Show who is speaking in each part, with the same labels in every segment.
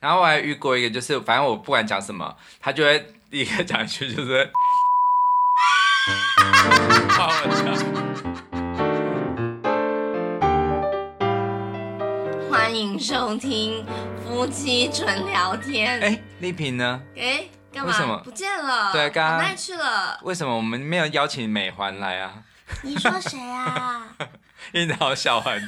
Speaker 1: 然后我还遇过一个，就是反正我不管讲什么，他就会立刻讲一句，就是 好好笑。
Speaker 2: 欢迎收听夫妻纯聊天。
Speaker 1: 哎，丽萍呢？
Speaker 2: 哎，干
Speaker 1: 为什
Speaker 2: 嘛
Speaker 1: 么
Speaker 2: 不见了？
Speaker 1: 对啊刚刚
Speaker 2: 往哪里去了？
Speaker 1: 为什么我们没有邀请美环来啊？
Speaker 2: 你说谁啊？
Speaker 1: 樱桃小 丸子，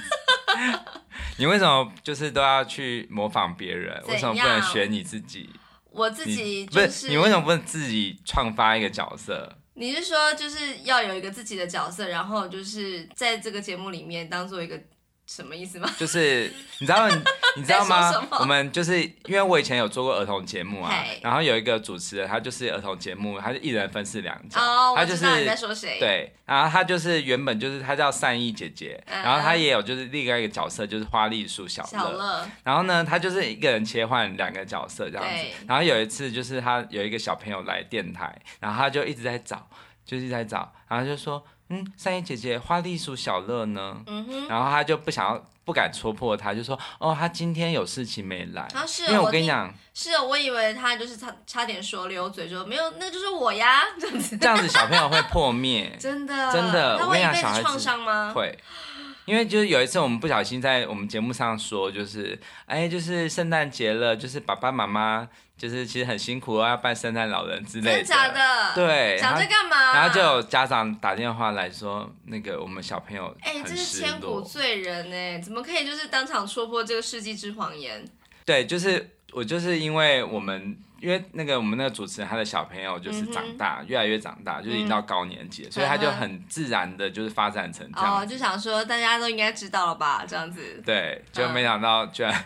Speaker 1: 你为什么就是都要去模仿别人？
Speaker 2: 怎样
Speaker 1: 为什么不能学你自己？
Speaker 2: 我自己
Speaker 1: 你
Speaker 2: 就
Speaker 1: 不
Speaker 2: 是
Speaker 1: 你为什么不能自己创发一个角色？
Speaker 2: 你是说就是要有一个自己的角色，然后就是在这个节目里面当做一个什么意思吗？
Speaker 1: 就是你知道你你知道
Speaker 2: 在说什
Speaker 1: 吗？
Speaker 2: 么
Speaker 1: 我们就是因为我以前有做过儿童节目啊
Speaker 2: 嘿，
Speaker 1: 然后有一个主持人，他就是儿童节目，他就一人分饰两角，
Speaker 2: 哦，
Speaker 1: 他
Speaker 2: 我
Speaker 1: 就
Speaker 2: 知
Speaker 1: 是
Speaker 2: 道你在说谁。，
Speaker 1: 对，然后他就是原本就是他叫善意姐姐，
Speaker 2: 嗯
Speaker 1: 然后他也有就是另外一个角色就是花栗鼠小
Speaker 2: 小
Speaker 1: 乐，
Speaker 2: 乐，
Speaker 1: 然后呢，他就是一个人切换两个角色这样
Speaker 2: 对
Speaker 1: 子。然后有一次，就是他有一个小朋友来电台，然后他就一直在找，就是一直在找，然后就说：“嗯，善意姐姐，花栗鼠小乐呢？”
Speaker 2: 嗯哼，
Speaker 1: 然后他就不想要，不敢戳破他，就说：“哦，他今天有事情没来。
Speaker 2: 啊是
Speaker 1: 因为
Speaker 2: 我
Speaker 1: 我跟你
Speaker 2: 听
Speaker 1: 讲，
Speaker 2: 是哦我以为他就是差差点说溜嘴，说没有，那就是我呀，这样子。，
Speaker 1: 这样子小朋友会破灭
Speaker 2: 真的，
Speaker 1: 真的
Speaker 2: 他
Speaker 1: 我跟
Speaker 2: 会
Speaker 1: 你
Speaker 2: 一
Speaker 1: 讲
Speaker 2: 辈
Speaker 1: 小孩
Speaker 2: 子
Speaker 1: 子
Speaker 2: 创伤吗？
Speaker 1: 会。因为就是有一次我们不小心在我们节目上说，就是哎，就是圣诞节了，就是爸爸妈妈就是其实很辛苦啊，要扮圣诞老人之
Speaker 2: 真
Speaker 1: 类
Speaker 2: 的假的？，
Speaker 1: 对，然
Speaker 2: 讲
Speaker 1: 后
Speaker 2: 这干嘛？啊
Speaker 1: 然后就有家长打电话来说，那个我们小朋友
Speaker 2: 哎、这
Speaker 1: 很
Speaker 2: 是
Speaker 1: 失
Speaker 2: 千古
Speaker 1: 落。
Speaker 2: 罪人哎、怎么可以就是当场戳破这个世纪之谎言？
Speaker 1: 对，就是我就是因为我们因为那个我们那个主持人他的小朋
Speaker 2: 嗯
Speaker 1: 友就是长大、越来越长大，就是已经到高年级了，所以他就很自然的就是发展成这样。
Speaker 2: 嗯哦，就想说大家都应该知道了吧，这样子，
Speaker 1: 对，就没想到 居然、
Speaker 2: 嗯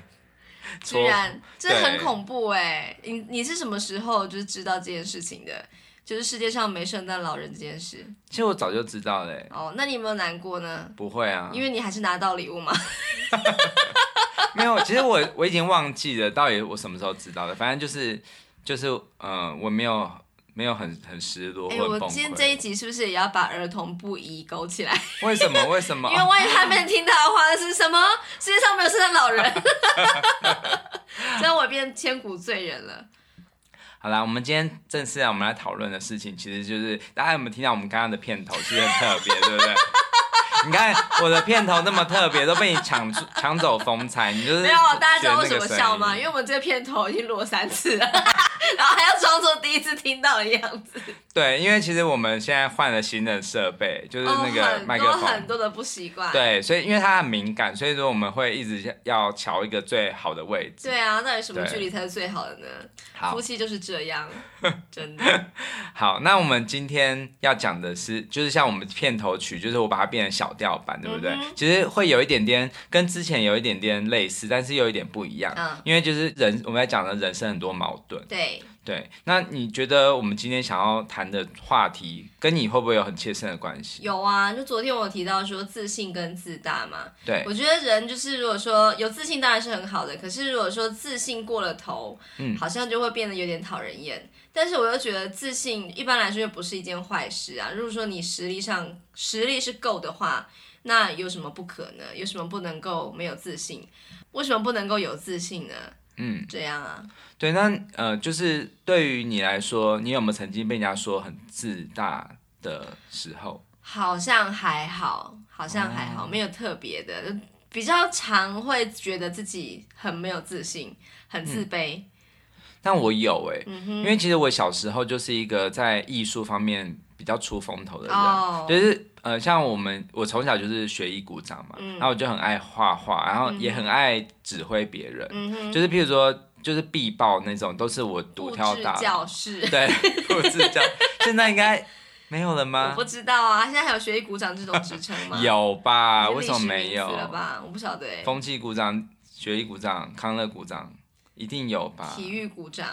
Speaker 2: 居
Speaker 1: 戳
Speaker 2: 然这很
Speaker 1: 对
Speaker 2: 恐怖哎、你你是什么时候就是知道这件事情的？就是世界上没圣诞老人这件事
Speaker 1: 其实我早就知道嘞、哎
Speaker 2: 哦，那你有没有难过呢？
Speaker 1: 不会啊，
Speaker 2: 因为你还是拿到礼物嘛。
Speaker 1: 没有，其实我我已经忘记了到底我什么时候知道的，反正就是就是嗯，我没有没有很很失落
Speaker 2: 哎、
Speaker 1: 或
Speaker 2: 我
Speaker 1: 很崩
Speaker 2: 今天这一
Speaker 1: 溃。
Speaker 2: 集是不是也要把儿童不宜勾起来？
Speaker 1: 为什么？为什么？
Speaker 2: 因为万一他们听到的话是 什么？世界上没有圣诞老人，这样我变千古罪人了。
Speaker 1: 好啦，我们今天正式啊，我们来讨论的事情，其实就是大家有没有听到我们刚刚的片头，是不是很特别，对不 对？你看我的片头那么特别，都被你抢出 抢走风采，你就是
Speaker 2: 没有，啊大家知道为什么
Speaker 1: 学那个声音
Speaker 2: 笑吗？因为我们这个片头已经录了三次了， 然后还要装作第一次听到的样子，
Speaker 1: 对，因为其实我们现在换了新的设备，就是
Speaker 2: 哦，
Speaker 1: 那个麦
Speaker 2: 很
Speaker 1: 克
Speaker 2: 多
Speaker 1: 风，
Speaker 2: 很多的不习惯。
Speaker 1: 对，所以因为它很敏感，所以说我们会一直要瞧一个最好的位置。
Speaker 2: 对啊，到底什么
Speaker 1: 对
Speaker 2: 距离才是最好的呢？
Speaker 1: 好
Speaker 2: 夫，妻就是这 样，真的。
Speaker 1: 好，那我们今天要讲的是，就是像我们片头曲，就是我把它变成小调版，对不对？
Speaker 2: 嗯哼
Speaker 1: 其实会有一点点跟之前有一点点类似，但是又有一点不一样。
Speaker 2: 嗯，
Speaker 1: 因为就是人，我们在讲的人生很多矛盾，
Speaker 2: 对，
Speaker 1: 对。那你觉得我们今天想要谈的话题，跟你会不会有很切身的关系？
Speaker 2: 有啊，就昨天我有提到说自信跟自大嘛，
Speaker 1: 对，
Speaker 2: 我觉得人就是，如果说有自信当然是很好的，可是如果说自信过了头，
Speaker 1: 嗯
Speaker 2: 好像就会变得有点讨人厌。但是我又觉得自信一般来说又不是一件坏事啊。如果说你实力上实力是够的话，那有什么不可呢？有什么不能够没有自信？为什么不能够有自信呢？
Speaker 1: 嗯，
Speaker 2: 这样啊，
Speaker 1: 对。那呃，就是对于你来说，你有没有曾经被人家说很自大的时候？
Speaker 2: 好像还好，好像还
Speaker 1: 哦
Speaker 2: 好，没有特别的，就比较常会觉得自己很没有自信，很自卑。
Speaker 1: 嗯但我有哎、
Speaker 2: 嗯
Speaker 1: 因
Speaker 2: 哼，
Speaker 1: 为其实我小时候就是一个在艺术方面比较出风头的人，
Speaker 2: 哦
Speaker 1: 就是呃，像我们我从小就是学艺鼓掌嘛，
Speaker 2: 嗯
Speaker 1: 然后我就很爱画画，然后也很爱指挥别人，
Speaker 2: 嗯哼。
Speaker 1: 就是譬如说就是必报那种，都是我独
Speaker 2: 布
Speaker 1: 挑
Speaker 2: 置
Speaker 1: 大
Speaker 2: 教室，
Speaker 1: 对，布置教，现在应该没有了
Speaker 2: 我
Speaker 1: 吗
Speaker 2: 不？知道啊，现在还有学艺鼓掌这种职称吗？
Speaker 1: 有吧？
Speaker 2: 已经
Speaker 1: 为什么
Speaker 2: 历史
Speaker 1: 没有
Speaker 2: 名词？了吧？我不晓得欸
Speaker 1: 风气鼓掌、学艺鼓掌、康乐鼓掌，一定有吧？
Speaker 2: 体育鼓掌，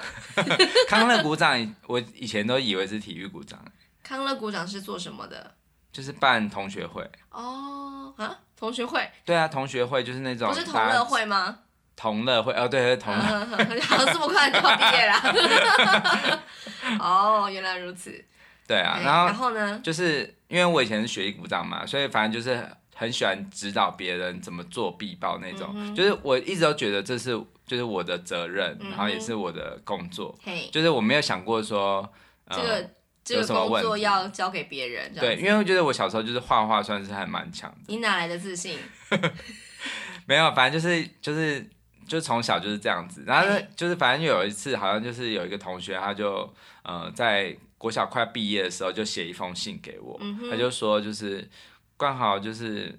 Speaker 1: 康乐鼓掌，我以前都以为是体育鼓掌，
Speaker 2: 康乐鼓掌是做什么的？
Speaker 1: 就是办同学会。
Speaker 2: 哦啊，同学会
Speaker 1: 对啊，同学会就是那种
Speaker 2: 不是同乐，会吗？
Speaker 1: 同乐会哦，对对同乐，
Speaker 2: 嗯好像这么快就要毕业了。 哦，原来如此。
Speaker 1: 对啊
Speaker 2: 哎，
Speaker 1: 然
Speaker 2: 然
Speaker 1: 后
Speaker 2: 后呢？
Speaker 1: 就是因为我以前是学艺鼓掌嘛，所以反正就是很喜欢指导别人怎么做必报那种，
Speaker 2: 嗯
Speaker 1: 就是我一直都觉得这是就是我的责任，然后也是我的工作，
Speaker 2: 嘿，
Speaker 1: 就是我没有想过说，呃、
Speaker 2: 这个这
Speaker 1: 有
Speaker 2: 个
Speaker 1: 什么
Speaker 2: 工作
Speaker 1: 问题
Speaker 2: 要交给别人，这样
Speaker 1: 对，因为我觉得我小时候就是画画算是还蛮强的，
Speaker 2: 你哪来的自信？
Speaker 1: 没有，反正就是就是就从小就是这样子，然后呢
Speaker 2: 嘿
Speaker 1: 就是反正有一次好像就是有一个同学，他就呃在国小快毕业的时候就写一封信给我，
Speaker 2: 嗯哼
Speaker 1: 他就说就是冠豪就是。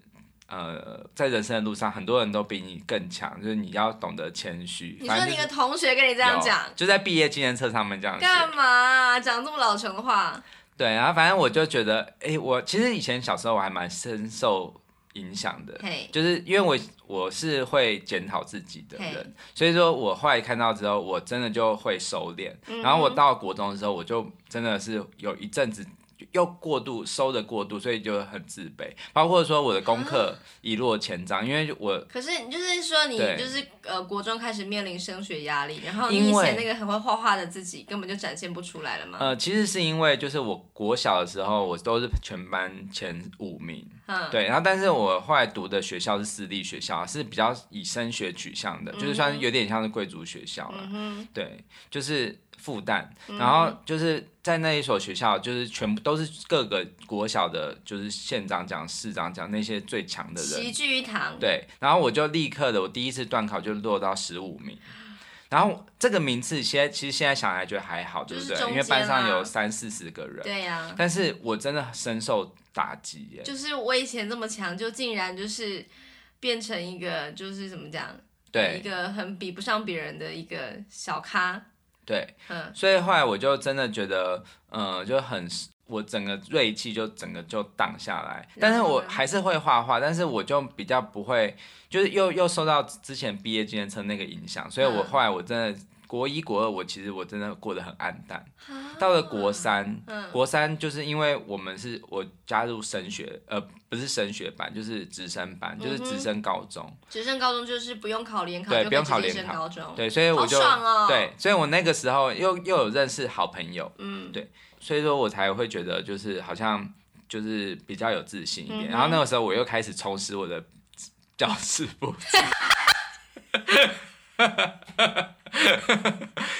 Speaker 1: 呃，在人生的路上，很多人都比你更强，就是你要懂得谦虚。
Speaker 2: 你
Speaker 1: 反
Speaker 2: 说
Speaker 1: 正
Speaker 2: 你
Speaker 1: 就
Speaker 2: 的
Speaker 1: 是
Speaker 2: 同学跟你这样
Speaker 1: 有
Speaker 2: 讲，
Speaker 1: 就在毕业纪念册上面这样写。
Speaker 2: 干嘛啊讲这么老成的话？
Speaker 1: 对，然后反正我就觉得，哎、我其实以前小时候我还蛮深受影响的，
Speaker 2: 嘿，
Speaker 1: 就是因为我我是会检讨自己的
Speaker 2: 嘿
Speaker 1: 人，所以说我后来看到之后，我真的就会收敛。
Speaker 2: 嗯
Speaker 1: 然后我
Speaker 2: 哼
Speaker 1: 到国中的时候，我就真的是有一阵子又过度收的过度，所以就很自卑。包括说我的功
Speaker 2: 啊
Speaker 1: 课一落千丈，因为我
Speaker 2: 可是你就是说你
Speaker 1: 对
Speaker 2: 就是呃，国中开始面临升学压力，然后你以
Speaker 1: 因为
Speaker 2: 前那个很会画画的自己根本就展现不出来了嘛。
Speaker 1: 呃，其实是因为就是我国小的时候，我都是全班前五名，
Speaker 2: 嗯，
Speaker 1: 对，然后但是我后来读的学校是私立学校啊，是比较以升学取向的，就是算是有点像是贵族学校了。
Speaker 2: 嗯哼，
Speaker 1: 对，就是复旦，
Speaker 2: 嗯
Speaker 1: 然后就是在那一所学校，就是全部都是各个国小的，就是县长奖、市长奖那些最强的
Speaker 2: 齐
Speaker 1: 人。
Speaker 2: 聚一堂，
Speaker 1: 对，然后我就立刻的，我第一次段考就落到十五名。然后这个名次现在其实现在想来觉得还好，对
Speaker 2: 就
Speaker 1: 不
Speaker 2: 是
Speaker 1: 对？
Speaker 2: 中
Speaker 1: 因为班
Speaker 2: 间
Speaker 1: 上
Speaker 2: 啦
Speaker 1: 有三四十个人，
Speaker 2: 对呀、
Speaker 1: 但是我真的深受打击耶。
Speaker 2: 就是我以前这么强，就竟然就是变成一个就是怎么讲，
Speaker 1: 对
Speaker 2: 一个很比不上别人的一个小咖，
Speaker 1: 对，
Speaker 2: 嗯，
Speaker 1: 所以后来我就真的觉得，嗯，就很，我整个锐气就整个就荡下来。但是
Speaker 2: 嗯
Speaker 1: 我还是会画画，但是我就比较不会，就是又又受到之前毕业纪念册那个影响，所以我
Speaker 2: 嗯
Speaker 1: 后来我真的国一国二，我其实我真的过得很暗淡。到了国三，
Speaker 2: 啊嗯
Speaker 1: 国三就是因为我们是我加入升学，呃，不是升学班，就是直升班，就是
Speaker 2: 嗯哼
Speaker 1: 直升高中。
Speaker 2: 直升高中就是不用考联考，
Speaker 1: 对
Speaker 2: 就
Speaker 1: 不用考
Speaker 2: 可以直接
Speaker 1: 联
Speaker 2: 升
Speaker 1: 考
Speaker 2: 高中，
Speaker 1: 对，所以我
Speaker 2: 好
Speaker 1: 就、
Speaker 2: 爽哦
Speaker 1: 对，所以我那个时候又又有认识好朋友，
Speaker 2: 嗯，
Speaker 1: 对，所以说我才会觉得就是好像就是比较有自信一点。
Speaker 2: 嗯哼
Speaker 1: 然后那个时候我又开始充实我的教师部。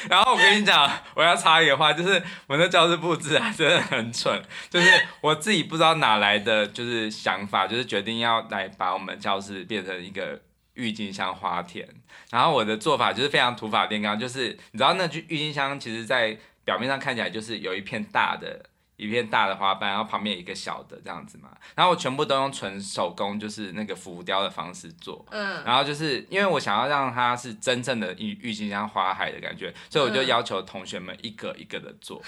Speaker 1: 然后我跟你讲，我要插一个话，就是我那教师布置啊，真的很蠢，就是我自己不知道哪来的就是想法，就是决定要来把我们教室变成一个郁金香花田。然后我的做法就是非常土法炼钢，就是你知道那句郁金香，其实在表面上看起来就是有一片大的。一片大的花瓣，然后旁边有一个小的这样子嘛，然后我全部都用纯手工，就是那个浮雕的方式做，
Speaker 2: 嗯，
Speaker 1: 然后就是因为我想要让它是真正的郁郁金香花海的感觉，所以我就
Speaker 2: 嗯
Speaker 1: 要求同学们一个一个的做。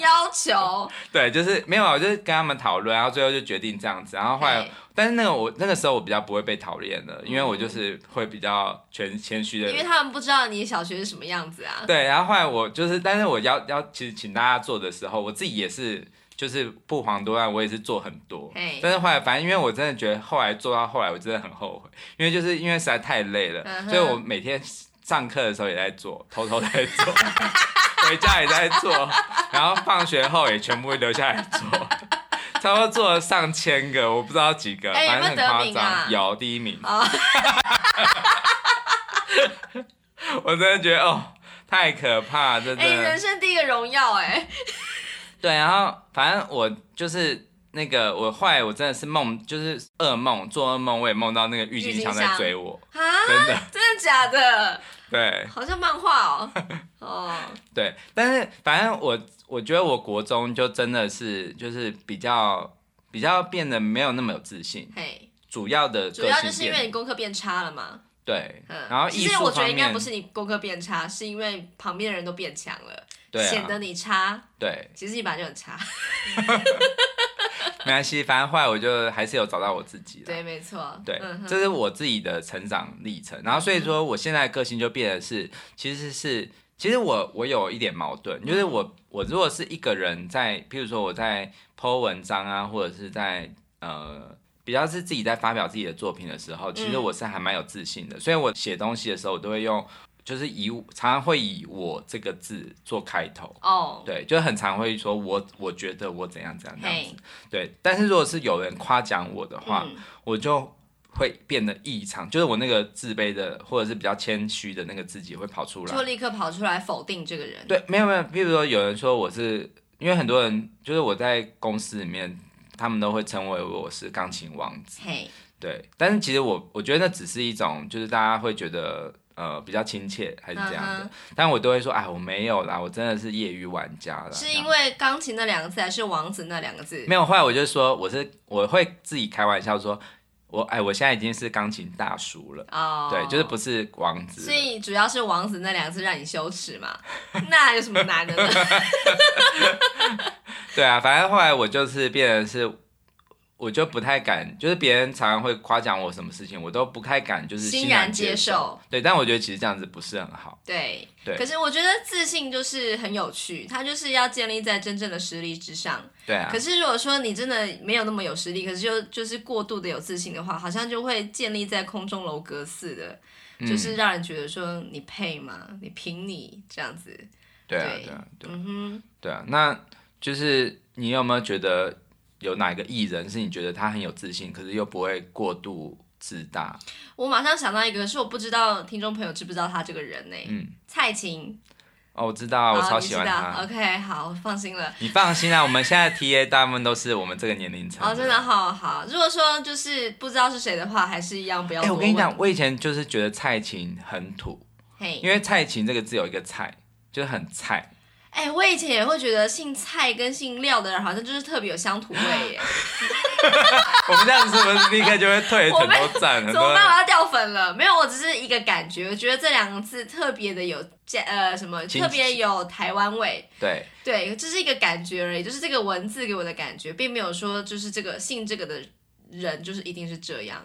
Speaker 2: 要求，
Speaker 1: 对，就是没有啊，我就是跟他们讨论，然后最后就决定这样子。然后后来
Speaker 2: 嘿，
Speaker 1: 但是那个我那个时候我比较不会被讨厌的，因为
Speaker 2: 嗯
Speaker 1: 我就是会比较谦谦虚的
Speaker 2: 因为
Speaker 1: 人。
Speaker 2: 他们不知道你小学是什么样子 啊，
Speaker 1: 对，然后后来我就是，但是我要要其实请大家做的时候，我自己也是就是不遑多让，我也是做很多
Speaker 2: 嘿。
Speaker 1: 但是后来反正因为我真的觉得后来做到后来我真的很后悔，因为就是因为实在太累了，
Speaker 2: 嗯哼
Speaker 1: 所以我每天上课的时候也在做，偷偷在做， 回家也在做，然后放学后也全部留下来做。差不多做了上千个，我不知道几个，
Speaker 2: 哎有
Speaker 1: 反
Speaker 2: 没有
Speaker 1: 正很夸
Speaker 2: 得名
Speaker 1: 张。
Speaker 2: 啊
Speaker 1: 有第一名，
Speaker 2: 哦
Speaker 1: 我真的觉得哦，太可怕，真的。
Speaker 2: 哎、人生第一个荣耀、 哎，
Speaker 1: 对，然后反正我就是那个，我后来我真的是梦，就是噩梦，做噩梦，我也梦到那个郁金香在追我，
Speaker 2: 啊，
Speaker 1: 真的，
Speaker 2: 真的假的？
Speaker 1: 对
Speaker 2: 好像漫画 哦，哦，
Speaker 1: 对。但是反正我我觉得我国中就真的是就是比较比较变得没有那么有自信，
Speaker 2: 嘿，
Speaker 1: 主要的
Speaker 2: 主要
Speaker 1: 个
Speaker 2: 就
Speaker 1: 性
Speaker 2: 是因为
Speaker 1: 变
Speaker 2: 你功课变差了嘛，
Speaker 1: 对，
Speaker 2: 嗯，
Speaker 1: 然后
Speaker 2: 其
Speaker 1: 艺
Speaker 2: 实
Speaker 1: 术
Speaker 2: 我觉
Speaker 1: 方
Speaker 2: 得应该
Speaker 1: 面
Speaker 2: 不是你功课变差，是因为旁边的人都变强了，
Speaker 1: 对
Speaker 2: 显
Speaker 1: 啊
Speaker 2: 得你差，
Speaker 1: 对，
Speaker 2: 其实你本来就很差，
Speaker 1: 没关系，反正后来我就还是有找到我自己了。
Speaker 2: 对，没错，
Speaker 1: 对，
Speaker 2: 嗯哼嗯
Speaker 1: 这是我自己的成长历程。然后所以说，我现在的个性就变得是，其实是，其实我我有一点矛盾，就是
Speaker 2: 嗯
Speaker 1: 我我如果是一个人在，譬如说我在 Po 文章啊，或者是在呃。比较是自己在发表自己的作品的时候，其实
Speaker 2: 嗯
Speaker 1: 我是还蛮有自信的，所以我写东西的时候，我都会用就是以我常常会以我这个字做开头，
Speaker 2: 哦，
Speaker 1: 对，就很常会说我我觉得我怎样怎样这样
Speaker 2: 嘿
Speaker 1: 子，，对。但是如果是有人夸奖我的话，
Speaker 2: 嗯
Speaker 1: 我就会变得异常，就是我那个自卑的或者是比较谦虚的那个自己会跑出来
Speaker 2: 就。立刻跑出来否定这个人。
Speaker 1: 对，没有没有，比如说有人说我是，因为很多人就是我在公司里面，他们都会称为我是钢琴王子，
Speaker 2: 嘿，
Speaker 1: 对。但是其实我我觉得那只是一种，就是大家会觉得呃比较亲切还是这样的，
Speaker 2: 嗯哼
Speaker 1: 但我都会说哎我没有啦，我真的是业余玩家啦。
Speaker 2: 是
Speaker 1: 这啊样
Speaker 2: 因为钢琴那两个字，还是王子那两个字？
Speaker 1: 没有，后来我就说我是我会自己开玩笑说，我哎我现在已经是钢琴大叔了，
Speaker 2: 哦，
Speaker 1: 对，就是不是王子
Speaker 2: 所
Speaker 1: 了。
Speaker 2: 以主要是王子那两个字让你羞耻嘛？ 那有什么难的呢？
Speaker 1: 对啊，反正后来我就是变成是，我就不太敢，就是别人常常会夸奖我什么事情，我都不太敢，就是
Speaker 2: 欣
Speaker 1: 欣
Speaker 2: 然
Speaker 1: 接
Speaker 2: 接受。
Speaker 1: 对，但我觉得其实这样子不是很好。
Speaker 2: 对，
Speaker 1: 对
Speaker 2: 可是我觉得自信就是很有趣，它就是要建立在真正的实力之上。
Speaker 1: 对啊
Speaker 2: 可，是如果说你真的没有那么有实力，可是就就是过度的有自信的话，好像就会建立在空中楼阁似的，
Speaker 1: 嗯
Speaker 2: 就是让人觉得说你配吗？你凭你这样子。
Speaker 1: 对啊，
Speaker 2: 对
Speaker 1: 对啊，对啊
Speaker 2: 嗯哼，
Speaker 1: 对啊。那就是你有没有觉得有哪个艺人是你觉得他很有自信，可是又不会过度自大？
Speaker 2: 我马上想到一个，可是我不知道听众朋友知不知道他这个人呢、
Speaker 1: 嗯，
Speaker 2: 蔡琴，
Speaker 1: 哦，我知道啊，我
Speaker 2: 好
Speaker 1: 超
Speaker 2: 你
Speaker 1: 喜
Speaker 2: 知
Speaker 1: 欢
Speaker 2: 道哦
Speaker 1: 他。
Speaker 2: OK，好，我放心了。
Speaker 1: 你放心啊，我们现在 T A 大部分都是我们这个年龄层。
Speaker 2: 哦，真的。好好。如果说就是不知道是谁的话，还是一样不要
Speaker 1: 哎、
Speaker 2: 多问。
Speaker 1: 我跟你讲，我以前就是觉得蔡琴很土，
Speaker 2: 嘿，
Speaker 1: 因为蔡琴这个字有一个菜，就是很菜。
Speaker 2: 哎、我以前也会觉得姓蔡跟姓廖的人好像就是特别有乡土味 耶，
Speaker 1: 我们这样子是不是立刻就会退很多站？很
Speaker 2: 怎么
Speaker 1: 多
Speaker 2: 办？我要掉粉了。没有，我只是一个感觉，我觉得这两个字特别的有加呃什么，
Speaker 1: 亲
Speaker 2: 特别有台湾味。
Speaker 1: 对
Speaker 2: 对，这是一个感觉而已，就是这个文字给我的感觉，并没有说就是这个姓这个的人就是一定是这样。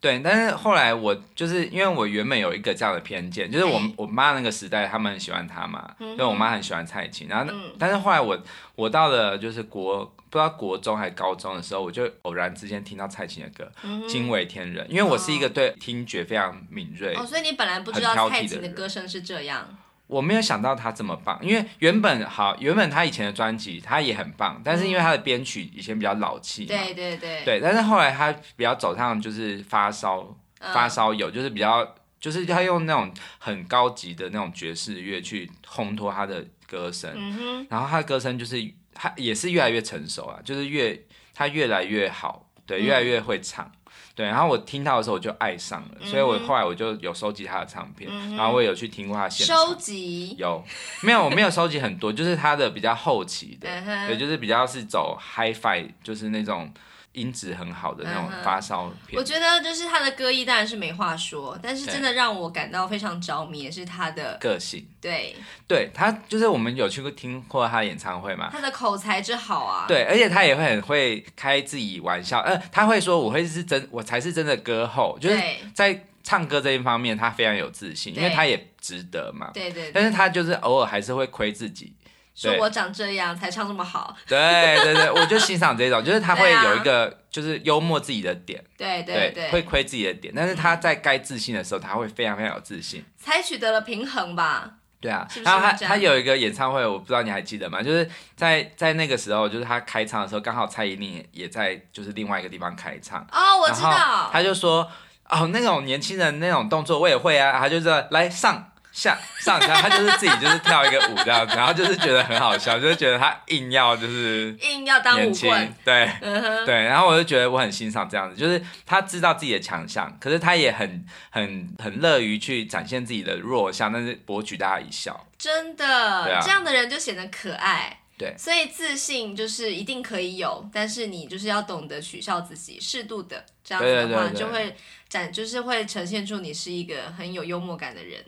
Speaker 1: 对，但是后来我就是因为我原本有一个这样的偏见，就是我
Speaker 2: 嘿
Speaker 1: 我妈那个时代，他们很喜欢她嘛，
Speaker 2: 哎嗯哼
Speaker 1: 因为我妈很喜欢蔡琴。然后那、
Speaker 2: 嗯
Speaker 1: 但是后来我我到了就是国不知道国中还国高中的时候，我就偶然之间听到蔡琴的歌
Speaker 2: 嗯
Speaker 1: 《惊为天人》，因为我是一个对听觉非常敏锐，
Speaker 2: 哦，所以你本来不知
Speaker 1: 很挑剔的
Speaker 2: 道蔡琴的
Speaker 1: 人
Speaker 2: 歌声是这样。
Speaker 1: 我没有想到他这么棒，因为原本好，原本他以前的专辑他也很棒，但是因为他的编曲以前比较老气嘛，
Speaker 2: 对对对，
Speaker 1: 对，但是后来他比较走上就是发烧，
Speaker 2: 嗯
Speaker 1: 发烧友，就是比较，就是他用那种很高级的那种爵士乐去烘托他的歌声，
Speaker 2: 嗯哼，
Speaker 1: 然后他的歌声就是他也是越来越成熟啊，就是越他越来越好，对，
Speaker 2: 嗯
Speaker 1: 越来越会唱。对，然后我听到的时候我就爱上了，所以我
Speaker 2: 嗯哼
Speaker 1: 后来我就有收集他的唱片，
Speaker 2: 嗯哼
Speaker 1: 然后我也有去听过他现场。
Speaker 2: 收集。
Speaker 1: 有，没有？我没有收集很多，就是他的比较后期的，
Speaker 2: 嗯哼
Speaker 1: 对，就是比较是走 HiFi，就是那种音质很好的那种
Speaker 2: 嗯哼
Speaker 1: 发烧片。
Speaker 2: 我觉得就是他的歌艺当然是没话说，但是
Speaker 1: 对
Speaker 2: 真的让我感到非常着迷，也是他的
Speaker 1: 个性，
Speaker 2: 对
Speaker 1: 对他就是我们有去过听过他的演唱会嘛？
Speaker 2: 他的口才之好啊。
Speaker 1: 对，而且他也会很会开自己玩笑，呃，他会说我会是真，我才是真的歌后，就是
Speaker 2: 对
Speaker 1: 在唱歌这一方面他非常有自信，因为
Speaker 2: 对
Speaker 1: 他也值得嘛。
Speaker 2: 对对对，
Speaker 1: 啊但是他就是偶尔还是会亏自己，
Speaker 2: 说我长这样才唱这么好，
Speaker 1: 对对对，我就欣赏这种，就是他会
Speaker 2: 对啊
Speaker 1: 有一个就是幽默自己的点，
Speaker 2: 对对对，嗯
Speaker 1: 会亏自己的点，但是他在该自信的时候，他会非常非常有自信。
Speaker 2: 才取得了平衡吧。
Speaker 1: 对啊，
Speaker 2: 是不是
Speaker 1: 然后他
Speaker 2: 这样
Speaker 1: 他有一个演唱会，我不知道你还记得吗？就是在在那个时候，就是他开唱的时候，刚好蔡依林也也在就是另外一个地方开唱，
Speaker 2: 哦，我
Speaker 1: 然
Speaker 2: 知
Speaker 1: 后
Speaker 2: 道，
Speaker 1: 他就说哦那种年轻人那种动作我也会啊，他就是来上下上，然后他就是自己就是跳一个舞这样子，然后就是觉得很好笑，就是觉得他硬要就是
Speaker 2: 硬要当
Speaker 1: 年
Speaker 2: 舞
Speaker 1: 轻
Speaker 2: 棍，，
Speaker 1: 对。
Speaker 2: 嗯哼，
Speaker 1: 对，然后我就觉得我很欣赏这样子，就是他知道自己的强项，可是他也很很很乐于去展现自己的弱项，但是博取大家一笑。
Speaker 2: 真的，
Speaker 1: 对啊
Speaker 2: 这样的人就显得可爱。
Speaker 1: 对
Speaker 2: 所以自信就是一定可以有，但是你就是要懂得取笑自己，适度的这样子
Speaker 1: 对对
Speaker 2: 的话，
Speaker 1: 对对
Speaker 2: 就会展，就是会呈现出你是一个很有幽默感的人。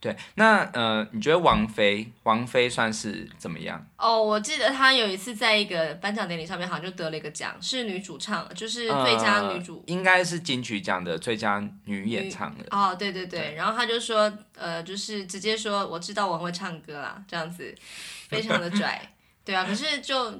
Speaker 1: 对，那呃，你觉得王菲，王菲算是怎么样？
Speaker 2: 哦，我记得她有一次在一个颁奖典礼上面，好像就得了一个奖，是女主唱，就是最佳女主
Speaker 1: 呃。应该是金曲奖的最佳女演唱人。
Speaker 2: 哦，对对对，
Speaker 1: 对
Speaker 2: 然后她就说，呃，就是直接说我知道我很会唱歌啦，这样子，非常 的拽，对啊，可是就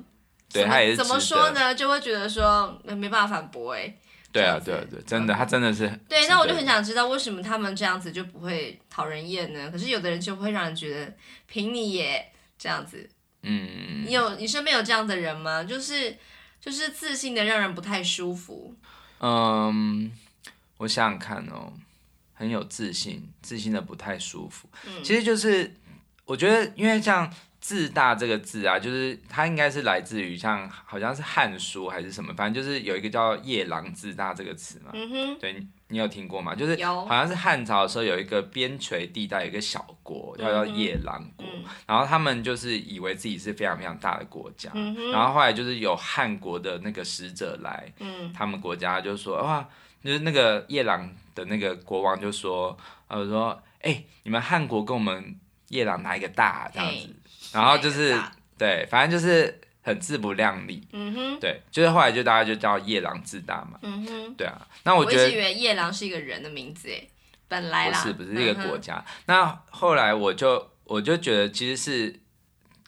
Speaker 1: 对
Speaker 2: 怎
Speaker 1: 她也
Speaker 2: 么
Speaker 1: 是
Speaker 2: 怎么
Speaker 1: 值
Speaker 2: 说
Speaker 1: 得
Speaker 2: 呢，就会觉得说呃没办法反驳哎、
Speaker 1: 对啊，
Speaker 2: 这
Speaker 1: 对啊
Speaker 2: 样子，
Speaker 1: 对，真的，他真的是
Speaker 2: 对，
Speaker 1: 值
Speaker 2: 那我
Speaker 1: 得
Speaker 2: 就很想知道为什么他们这样子就不会讨人厌呢？可是有的人就会让人觉得凭你也这样子。
Speaker 1: 嗯，
Speaker 2: 你有你身边有这样的人吗？就是就是自信的让人不太舒服。
Speaker 1: 嗯，我想想看哦，很有自信，自信的不太舒服。
Speaker 2: 嗯
Speaker 1: 其实就是我觉得，因为像“自大”这个字啊，就是它应该是来自于像好像是《汉书》还是什么，反正就是有一个叫“夜郎自大”这个词嘛。
Speaker 2: 嗯哼，
Speaker 1: 对，你你有听过吗？就是
Speaker 2: 有
Speaker 1: 好像是汉朝的时候有一个边陲地带有一个小国，叫叫
Speaker 2: 嗯哼
Speaker 1: 夜郎国，
Speaker 2: 嗯
Speaker 1: 然后他们就是以为自己是非常非常大的国家，
Speaker 2: 嗯哼
Speaker 1: 然后后来就是有汉国的那个使者来。
Speaker 2: 嗯
Speaker 1: 他们国家就说哇，就是那个夜郎的那个国王就说，呃说，哎、你们汉国跟我们夜郎哪一个大啊这样子
Speaker 2: 嘿，
Speaker 1: 然后就
Speaker 2: 哪
Speaker 1: 是
Speaker 2: 一个大
Speaker 1: 对，反正就是很自不量力，
Speaker 2: 嗯哼
Speaker 1: 对，就是后来就大家就叫夜郎自大嘛，
Speaker 2: 嗯哼。
Speaker 1: 对啊，那我
Speaker 2: 我一
Speaker 1: 觉得
Speaker 2: 直以为夜郎是一个人的名字诶，本来
Speaker 1: 不
Speaker 2: 啦，
Speaker 1: 是不是一个
Speaker 2: 嗯哼
Speaker 1: 国家。那后来我就我就觉得其实是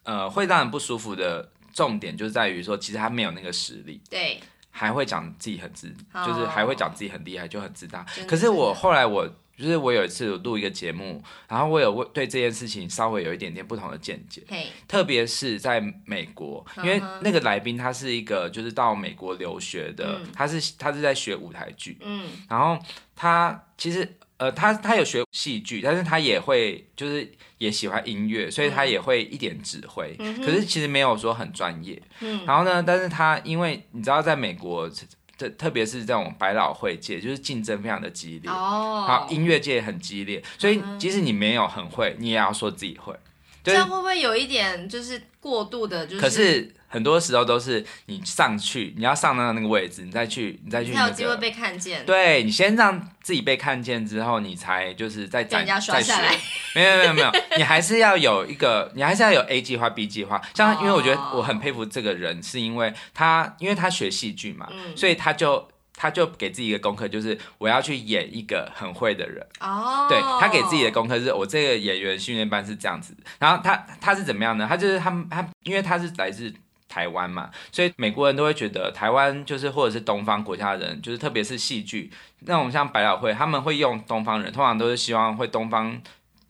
Speaker 1: 呃会让人不舒服的重点就在于说，其实他没有那个实力，
Speaker 2: 对，
Speaker 1: 还会讲自己很自，
Speaker 2: 哦
Speaker 1: 就是还会讲自己很厉害，就很自大
Speaker 2: 真。的
Speaker 1: 可是我后来我就是我有一次有录一个节目，然后我有为对这件事情稍微有一点点不同的见解，
Speaker 2: 嘿，
Speaker 1: 特别是在美国，因为
Speaker 2: 嗯哼
Speaker 1: 那个来宾他是一个就是到美国留学的，
Speaker 2: 嗯
Speaker 1: 他是他是在学舞台剧，
Speaker 2: 嗯
Speaker 1: 然后他其实呃，他他有学戏剧，但是他也会就是也喜欢音乐，所以他也会一点指挥，
Speaker 2: 嗯哼
Speaker 1: 可是其实没有说很专业。
Speaker 2: 嗯
Speaker 1: 然后呢，但是他因为你知道，在美国，特特别是这种百老汇界，就是竞争非常的激烈，好、
Speaker 2: 哦，嗯
Speaker 1: 音乐界也很激烈，所以即使你没有很会，你也要说自己会。就
Speaker 2: 这
Speaker 1: 是
Speaker 2: 样会不会有一点就是过度的，就是
Speaker 1: 可是很多时候都是你上去，你要上到那个位置，你再去，你再去
Speaker 2: 才
Speaker 1: 那
Speaker 2: 有机会
Speaker 1: 个。
Speaker 2: 被看见？
Speaker 1: 对你先让自己被看见之后，你才就是再
Speaker 2: 被
Speaker 1: 展
Speaker 2: 人家刷
Speaker 1: 再学
Speaker 2: 下。来，
Speaker 1: 没有没有没有，你还是要有一个，你还是要有 A 计划、B 计划。像因为我觉得我很佩服这个人，是因为他因为他学戏剧嘛，
Speaker 2: 嗯
Speaker 1: 所以他就他就给自己一个功课，就是我要去演一个很会的人。
Speaker 2: 哦，
Speaker 1: 对他给自己的功课是我这个演员训练班是这样子，然后他他是怎么样呢？他就是他们他因为他是来自。台湾嘛，所以美国人都会觉得台湾就是或者是东方国家的人，就是特别是戏剧那种像百老汇，他们会用东方人，通常都是希望会东方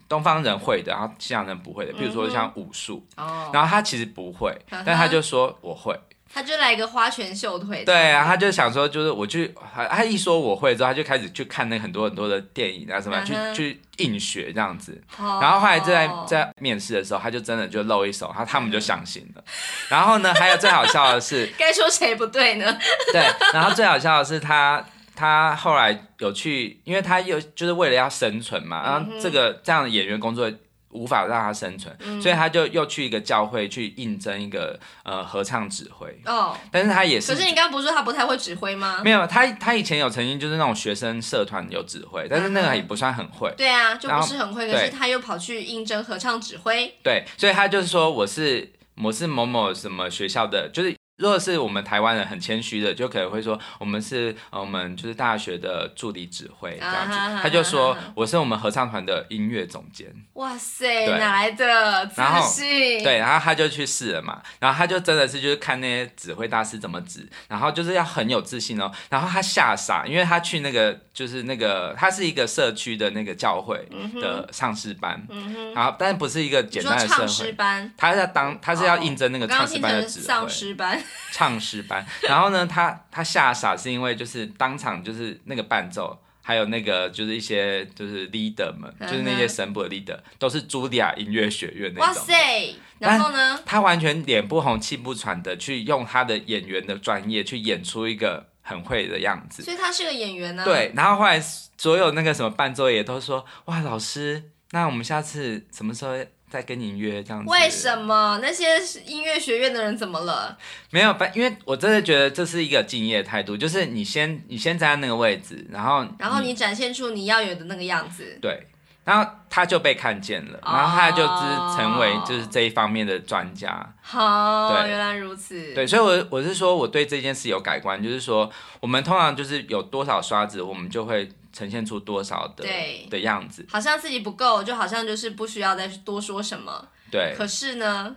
Speaker 1: 东方人会的，然后西洋人不会的，比如说像武术，
Speaker 2: 哦，
Speaker 1: 然后他其实不会，
Speaker 2: 嗯哼
Speaker 1: 但他就说我会，
Speaker 2: 他就来一个花拳绣腿，
Speaker 1: 对啊，他就想说，就是我去，他他一说我会之后，他就开始去看那很多很多的电影啊什么，
Speaker 2: 嗯
Speaker 1: 去
Speaker 2: 哼
Speaker 1: 去硬学这样子。
Speaker 2: 哦，
Speaker 1: 然后后来就在
Speaker 2: 哦
Speaker 1: 在面试的时候，他就真的就露一手，他他们就相信了。然后呢，还有最好笑的 是，
Speaker 2: 该说谁不对呢？
Speaker 1: 对，然后最好笑的是他。他后来有去，因为他又就是为了要生存嘛，
Speaker 2: 嗯
Speaker 1: 然后这个这样的演员工作无法让他生存，
Speaker 2: 嗯
Speaker 1: 所以他就又去一个教会去应征一个呃合唱指挥，
Speaker 2: 哦，
Speaker 1: 但是他也是
Speaker 2: 可是你刚刚不是说他不太会指挥吗？
Speaker 1: 没有，他他以前有曾经就是那种学生社团有指挥，但是那
Speaker 2: 嗯
Speaker 1: 个也不算很会，
Speaker 2: 对啊，就不是很会，
Speaker 1: 然后
Speaker 2: 可是
Speaker 1: 对
Speaker 2: 他又跑去应征合唱指挥，
Speaker 1: 对，所以他就是说我是我是某某什么学校的，就是。如果是我们台湾人很谦虚的，就可能会说我们是呃我们就是大学的助理指挥这样子
Speaker 2: 啊哈哈哈，
Speaker 1: 他就说
Speaker 2: 哈哈
Speaker 1: 我是我们合唱团的音乐总监，
Speaker 2: 哇塞，
Speaker 1: 对
Speaker 2: 哪来的自
Speaker 1: 然后
Speaker 2: 信？
Speaker 1: 对，然后他就去试了嘛，然后他就真的是就是看那些指挥大师怎么指，然后就是要很有自信哦。然后他吓傻，因为他去那个就是那个，他是一个社区的那个教会的唱诗班，然后但不是一个
Speaker 2: 嗯你
Speaker 1: 简
Speaker 2: 说
Speaker 1: 单的社
Speaker 2: 唱诗
Speaker 1: 会。
Speaker 2: 班，
Speaker 1: 他是要当，他是要
Speaker 2: 哦
Speaker 1: 应征那个
Speaker 2: 我刚
Speaker 1: 唱
Speaker 2: 刚
Speaker 1: 诗
Speaker 2: 听
Speaker 1: 班的
Speaker 2: 成
Speaker 1: 指
Speaker 2: 丧
Speaker 1: 挥，
Speaker 2: 尸班，
Speaker 1: 唱诗班。然后呢，他他吓傻是因为就是当场就是那个伴奏，还有那个就是一些就是 leader 们，就是那些
Speaker 2: 嗯哼
Speaker 1: 神部的 leader 都是茱莉亚音乐学院那
Speaker 2: 哇
Speaker 1: 种。
Speaker 2: 塞！然后呢？
Speaker 1: 他完全脸不红气不喘的去用他的演员的专业去演出一个很会的样子。
Speaker 2: 所以他是个演员呢、，啊
Speaker 1: 对，然后后来所有那个什么伴奏也都说，哇，老师，那我们下次什么时候再跟你约这样子？
Speaker 2: 为什么那些音乐学院的人怎么了？
Speaker 1: 没有？反因为我真的觉得这是一个敬业态度，就是你先你先站在那个位置，然后
Speaker 2: 然后你展现出你要有的那个样子，
Speaker 1: 对。然后他就被看见了，
Speaker 2: 哦
Speaker 1: 然后他就是成为就是这一方面的专家。
Speaker 2: 好、
Speaker 1: 对
Speaker 2: 原来如此。
Speaker 1: 对，所以我，我是说，我对这件事有改观，就是说，我们通常就是有多少刷子，我们就会呈现出多少的
Speaker 2: 对
Speaker 1: 的样子。
Speaker 2: 好像自己不够，就好像就是不需要再多说什么。
Speaker 1: 对，
Speaker 2: 可是呢，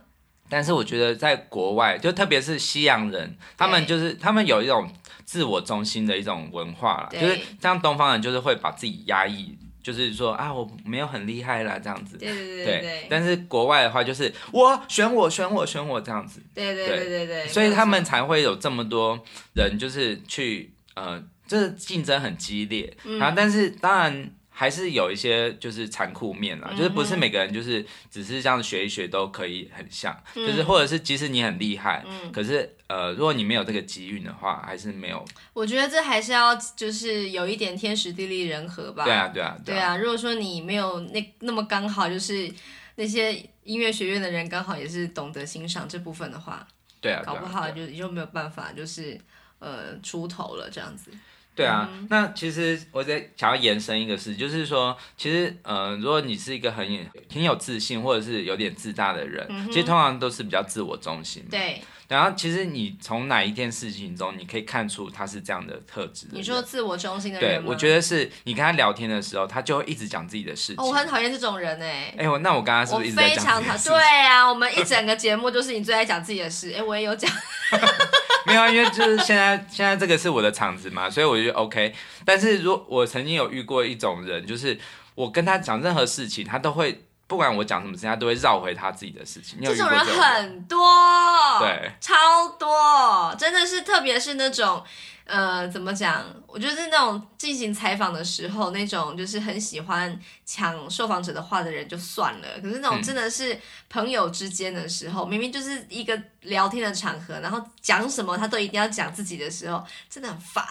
Speaker 1: 但是我觉得在国外，就特别是西洋人，他们就是他们有一种自我中心的一种文化啦，
Speaker 2: 对
Speaker 1: 就是像东方人就是会把自己压抑，就是说啊我没有很厉害啦这样子。
Speaker 2: 对对对对
Speaker 1: 但是国外的话就是我选我选我选我这样子，
Speaker 2: 对对对对对，
Speaker 1: 所以他
Speaker 2: 没有
Speaker 1: 们才会有这么多人就是去呃，就是竞争很激烈，
Speaker 2: 嗯
Speaker 1: 然后但是当然。还是有一些就是残酷面啦，就是不
Speaker 2: 嗯
Speaker 1: 是每个人就是只是这样学一学都可以很像，
Speaker 2: 嗯
Speaker 1: 就是或者是即使你很厉害，可是呃，如果你没有这个机遇的话，还是没有。
Speaker 2: 错我觉得这还是要就是有一点天时地利人和吧。
Speaker 1: 对啊，对啊，
Speaker 2: 对
Speaker 1: 啊，
Speaker 2: 啊，如果说你没有那那么刚好，就是那些音乐学院的人刚好也是懂得欣赏这部分的话，
Speaker 1: 对啊，
Speaker 2: 搞
Speaker 1: 对啊
Speaker 2: 不好就就没有办法，就是呃出头了这样子。
Speaker 1: 对啊，
Speaker 2: 嗯
Speaker 1: 那其实我在想要延伸一个事，就是说，其实呃，如果你是一个很挺有自信或者是有点自大的人，其实通常都是比较自我中心嘛。
Speaker 2: 嗯对，
Speaker 1: 然后其实你从哪一件事情中，你可以看出他是这样的特质的人。
Speaker 2: 你说自我中心的
Speaker 1: 嗯对
Speaker 2: 人，吗？
Speaker 1: 我觉得是你跟他聊天的时候，他就会一直讲自己的事情。
Speaker 2: 哦，我很讨厌这种人哎、
Speaker 1: 哎、我那我刚刚是
Speaker 2: 我
Speaker 1: 不是一直在
Speaker 2: 非
Speaker 1: 讲自
Speaker 2: 常
Speaker 1: 己
Speaker 2: 讨
Speaker 1: 的事情？
Speaker 2: 对啊，我们一整个节目就是你最爱讲自己 的事，哎、我也有讲，
Speaker 1: 没有啊，因为就是现在现在这个是我的场子嘛，所以我就 OK。但是如我曾经有遇过一种人，就是我跟他讲任何事情，他都会不管我讲什么事情，他都会绕回他自己的事情。你有
Speaker 2: 这
Speaker 1: 遇过
Speaker 2: 种人
Speaker 1: 种人
Speaker 2: 很多，
Speaker 1: 对，
Speaker 2: 超多，真的是，特别是那种，呃，怎么讲？我觉得是那种进行采访的时候，那种就是很喜欢抢受访者的话的人就算了，可是那种
Speaker 1: 嗯
Speaker 2: 真的是朋友之间的时候，明明就是一个聊天的场合，然后讲什么他都一定要讲自己的时候，真的很烦。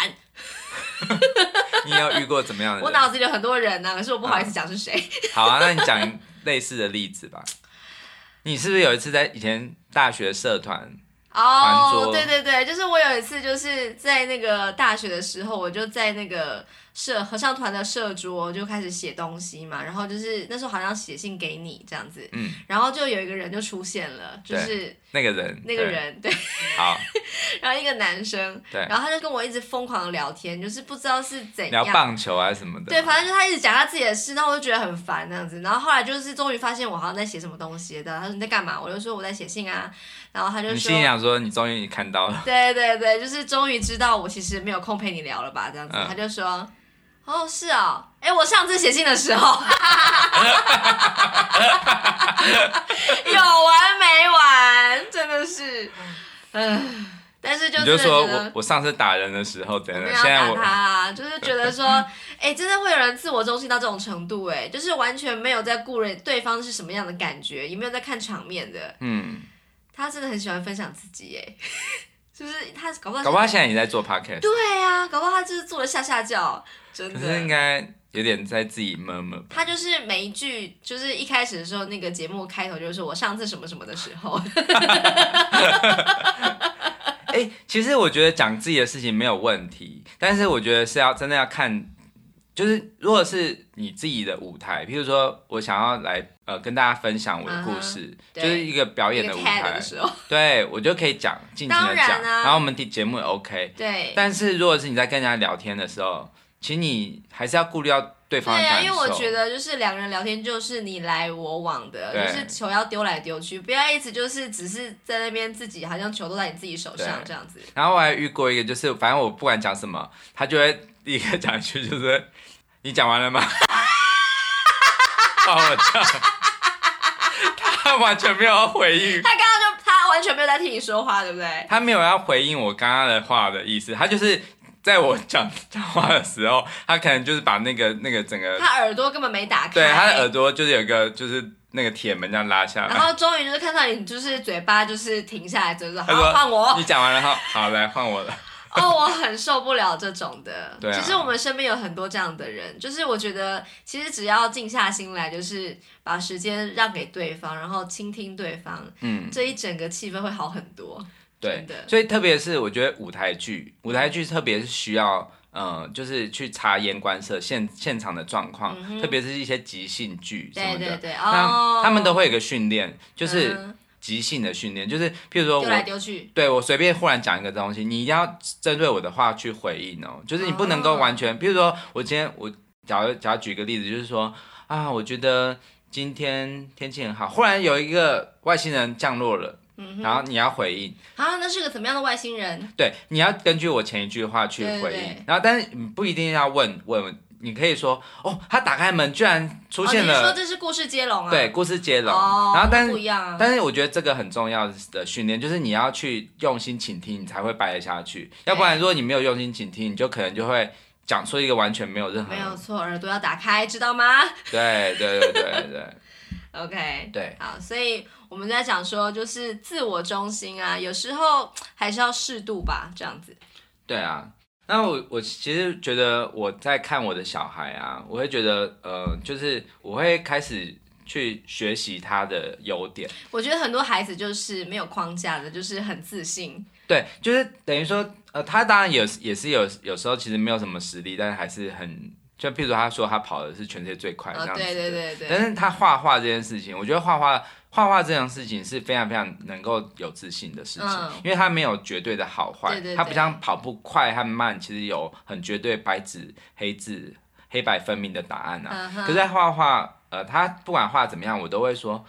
Speaker 1: 你有遇过怎么样的人？
Speaker 2: 我脑子里有很多人呢、可是我不好意思讲是谁。
Speaker 1: 好啊，那你讲类似的例子吧。你是不是有一次在以前大学社团？
Speaker 2: 哦
Speaker 1: 桌，
Speaker 2: 对对对，就是我有一次就是在那个大学的时候，我就在那个社合唱团的社桌就开始写东西嘛，然后就是那时候好像写信给你这样子，
Speaker 1: 嗯，
Speaker 2: 然后就有一个人就出现了，就是
Speaker 1: 那个人，
Speaker 2: 那个
Speaker 1: 对，
Speaker 2: 人对，
Speaker 1: 好，
Speaker 2: 然后一个男生，
Speaker 1: 对
Speaker 2: 然后他就跟我一直疯狂的聊天，就是不知道是怎
Speaker 1: 聊
Speaker 2: 样。
Speaker 1: 棒球啊什么的，
Speaker 2: 对，反正就他一直讲他自己的事，然后我就觉得很烦那样子。然后后来就是终于发现我好像在写什么东西的，他说你在干嘛？我就说我在写信啊。然后他就说
Speaker 1: 你心里想说，你终于看到了，
Speaker 2: 对对对，就是终于知道我其实没有空陪你聊了吧？这样子，
Speaker 1: 嗯
Speaker 2: 他就说，哦，是哦，哎，我上次写信的时候， 有完没完，真的是，嗯，但是就
Speaker 1: 你就
Speaker 2: 真的觉
Speaker 1: 说
Speaker 2: 得
Speaker 1: 我。我上次打人的时候怎
Speaker 2: 我
Speaker 1: 样
Speaker 2: 没
Speaker 1: 怎
Speaker 2: 有
Speaker 1: 样，现
Speaker 2: 要
Speaker 1: 在
Speaker 2: 打
Speaker 1: 我
Speaker 2: 他啊，就是觉得说， 哎、真的会有人自我中心到这种程度、哎，就是完全没有在顾人对方是什么样的感觉，也没有在看场面的。
Speaker 1: 嗯，
Speaker 2: 他真的很喜欢分享自己、哎， 就是他搞不好
Speaker 1: 搞不好
Speaker 2: 现在
Speaker 1: 现在你在做 podcast，
Speaker 2: 对啊，搞不好他就是做了下下教，真
Speaker 1: 可是应
Speaker 2: 的。
Speaker 1: 该有点在自己闷闷。
Speaker 2: 他就是每一句，就是一开始的时候，那个节目开头就是说我上次什么什么的时候，
Speaker 1: 哎、其实我觉得讲自己的事情没有问题，但是我觉得是要真的要看，就是如果是你自己的舞台，譬如说我想要来呃跟大家分享我的故事
Speaker 2: 啊对
Speaker 1: 就是一个 表
Speaker 2: 那
Speaker 1: 演
Speaker 2: 个
Speaker 1: 舞
Speaker 2: TED
Speaker 1: 台
Speaker 2: 的，时候，
Speaker 1: 对我就可以讲，尽情的
Speaker 2: 当然
Speaker 1: 讲，
Speaker 2: 啊
Speaker 1: 然后我们的节目也 OK。
Speaker 2: 对，
Speaker 1: 但是如果是你在跟人家聊天的时候，请你还是要顾虑到对
Speaker 2: 对
Speaker 1: 方的
Speaker 2: 啊，
Speaker 1: 感受。
Speaker 2: 因为我觉得就是两个人聊天就是你来我往的，
Speaker 1: 对
Speaker 2: 就是球要丢来丢去，不要一直就是只是在那边自己好像球都在你自己手上
Speaker 1: 对
Speaker 2: 这样子。
Speaker 1: 然后我还遇过一个，就是反正我不管讲什么，他就会立刻讲一句，就是你讲完了吗？ 把我叫，他完全没有要回应，
Speaker 2: 他刚刚就他完全没有在听你说话，对不对？
Speaker 1: 他没有要回应我刚刚的话的意思，他就是在我讲讲话的时候，他可能就是把那个那个整个
Speaker 2: 他耳朵根本没打开，
Speaker 1: 对他的耳朵就是有一个就是那个铁门这样拉下
Speaker 2: 然
Speaker 1: 来。
Speaker 2: 后终于就是看到你就是嘴巴就是停下来，就是
Speaker 1: 他说
Speaker 2: 好换我，
Speaker 1: 你讲完了哈，好来换我了。
Speaker 2: 哦，我很受不了这种的。
Speaker 1: 对啊
Speaker 2: 其实我们身边有很多这样的人，就是我觉得其实只要静下心来，就是把时间让给对方，然后倾听对方，
Speaker 1: 嗯，
Speaker 2: 这一整个气氛会好很多。
Speaker 1: 对
Speaker 2: 真的，
Speaker 1: 所以特别是我觉得舞台剧，舞台剧特别是需要，呃，就是去察言观色现现场的状况，特别是一些即兴剧什
Speaker 2: 嗯对
Speaker 1: 么
Speaker 2: 对
Speaker 1: 的，
Speaker 2: 对，
Speaker 1: 那
Speaker 2: 哦，
Speaker 1: 他们都会有一个训练，就是
Speaker 2: 嗯
Speaker 1: 即兴的训练，就是譬如说
Speaker 2: 丢来
Speaker 1: 我。
Speaker 2: 丢去，
Speaker 1: 对我随便忽然讲一个东西，你一定要针对我的话去回应哦，就是你不能够
Speaker 2: 哦
Speaker 1: 完全，譬如说我今天我假如假如举个例子，就是说啊，我觉得今天天气很好，忽然有一个外星人降落了，
Speaker 2: 嗯
Speaker 1: 然后你要回应，
Speaker 2: 啊，那是个怎么样的外星人？
Speaker 1: 对，你要根据我前一句话去
Speaker 2: 对对
Speaker 1: 回应，
Speaker 2: 对
Speaker 1: 然后但是你不一定要问问，你可以说哦，他打开门居然出现
Speaker 2: 哦、你是
Speaker 1: 了，
Speaker 2: 说这是故事接龙啊？
Speaker 1: 对，，故事接龙，
Speaker 2: 哦，
Speaker 1: 然后但
Speaker 2: 那不
Speaker 1: 是
Speaker 2: 一样啊。
Speaker 1: 但是我觉得这个很重要的训练，就是你要去用心倾听，你才会掰得下去，要不然如果你没有用心倾听，你就可能就会讲出一个完全没有任何
Speaker 2: 没有错，耳朵要打开，知道吗
Speaker 1: 对对对对对
Speaker 2: ？OK，
Speaker 1: 对，
Speaker 2: 好，所以我们在讲说，就是自我中心啊，有时候还是要适度吧，这样子。
Speaker 1: 对啊，那我我其实觉得我在看我的小孩啊，我会觉得呃，就是我会开始去学习他的优点，
Speaker 2: 我觉得很多孩子就是没有框架的，就是很自信。
Speaker 1: 对，就是等于说呃，他当然也是也是有有时候其实没有什么实力，但是还是很。就譬如说，他说他跑的是全世界最快这
Speaker 2: 呃，
Speaker 1: 样子的、
Speaker 2: 对对对对，
Speaker 1: 但是他画画这件事情，我觉得画画画画这件事情是非常非常能够有自信的事情，
Speaker 2: 嗯
Speaker 1: 因为它没有绝对的好坏，
Speaker 2: 对对
Speaker 1: 它不
Speaker 2: 对
Speaker 1: 像跑步快和慢，其实有很绝对白纸黑字黑白分明的答案啊。
Speaker 2: 嗯哼
Speaker 1: 可是在画画，呃，他不管画怎么样，我都会说，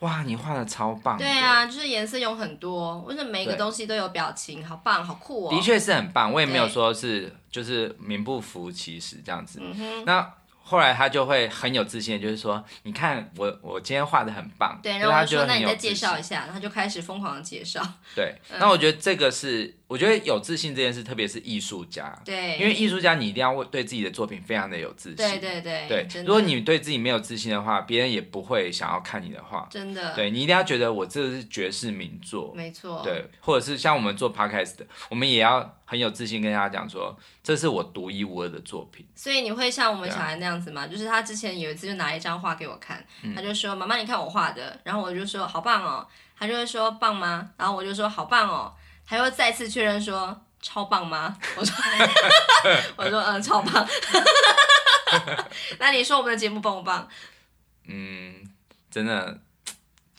Speaker 1: 哇，你画的超棒的，
Speaker 2: 对啊，就是颜色有很多，为什么每一个
Speaker 1: 对
Speaker 2: 东西都有表情？好棒，好酷哦！
Speaker 1: 的，确是很棒，我也没有
Speaker 2: 对
Speaker 1: 说是就是名不符其实这样子。
Speaker 2: 嗯哼，
Speaker 1: 那后来他就会很有自信，就是说，你看我我今天画的很棒，
Speaker 2: 对。
Speaker 1: 就
Speaker 2: 然
Speaker 1: 是他就会
Speaker 2: 后我就说，那
Speaker 1: 很
Speaker 2: 你
Speaker 1: 有
Speaker 2: 再
Speaker 1: 自
Speaker 2: 介
Speaker 1: 信。
Speaker 2: 绍一下，然后他就开始疯狂的介绍。
Speaker 1: 对，
Speaker 2: 嗯
Speaker 1: 那我觉得这个是，我觉得有自信这件事，特别是艺术家，
Speaker 2: 对，
Speaker 1: 因为艺术家你一定要为对自己的作品非常的有自信。
Speaker 2: 对对对
Speaker 1: 对
Speaker 2: 真的
Speaker 1: 如果你对自己没有自信的话，别人也不会想要看你的画。
Speaker 2: 真的
Speaker 1: 对你一定要觉得我这是绝世名作，
Speaker 2: 没错，
Speaker 1: 对，或者是像我们做 podcast 的，我们也要很有自信跟大家讲说，这是我独一无二的作品。
Speaker 2: 所以你会像我们
Speaker 1: 对啊嗯
Speaker 2: 小孩那样子吗？就是他之前有一次就拿一张画给我看，他就说：“妈妈，你看我画的。”然后我就说：“好棒哦。”他就会说：“棒吗？”然后我就说：“好棒哦。”他又再次确认说：“超棒吗？”我说：“ 我说嗯，超棒。”那你说我们的节目棒不棒？
Speaker 1: 嗯，真的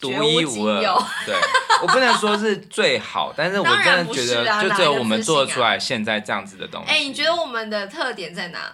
Speaker 1: 独
Speaker 2: 绝
Speaker 1: 一
Speaker 2: 无仅
Speaker 1: 无二
Speaker 2: 有。
Speaker 1: 对我不能说是最好，但是我
Speaker 2: 当
Speaker 1: 真
Speaker 2: 然
Speaker 1: 的
Speaker 2: 不
Speaker 1: 觉
Speaker 2: 是
Speaker 1: 得
Speaker 2: 啊
Speaker 1: 就
Speaker 2: 哪
Speaker 1: 只有
Speaker 2: 来的
Speaker 1: 我们
Speaker 2: 自
Speaker 1: 做
Speaker 2: 信
Speaker 1: 出来现在这样子的东西。
Speaker 2: 哎、你觉得我们的特点在哪？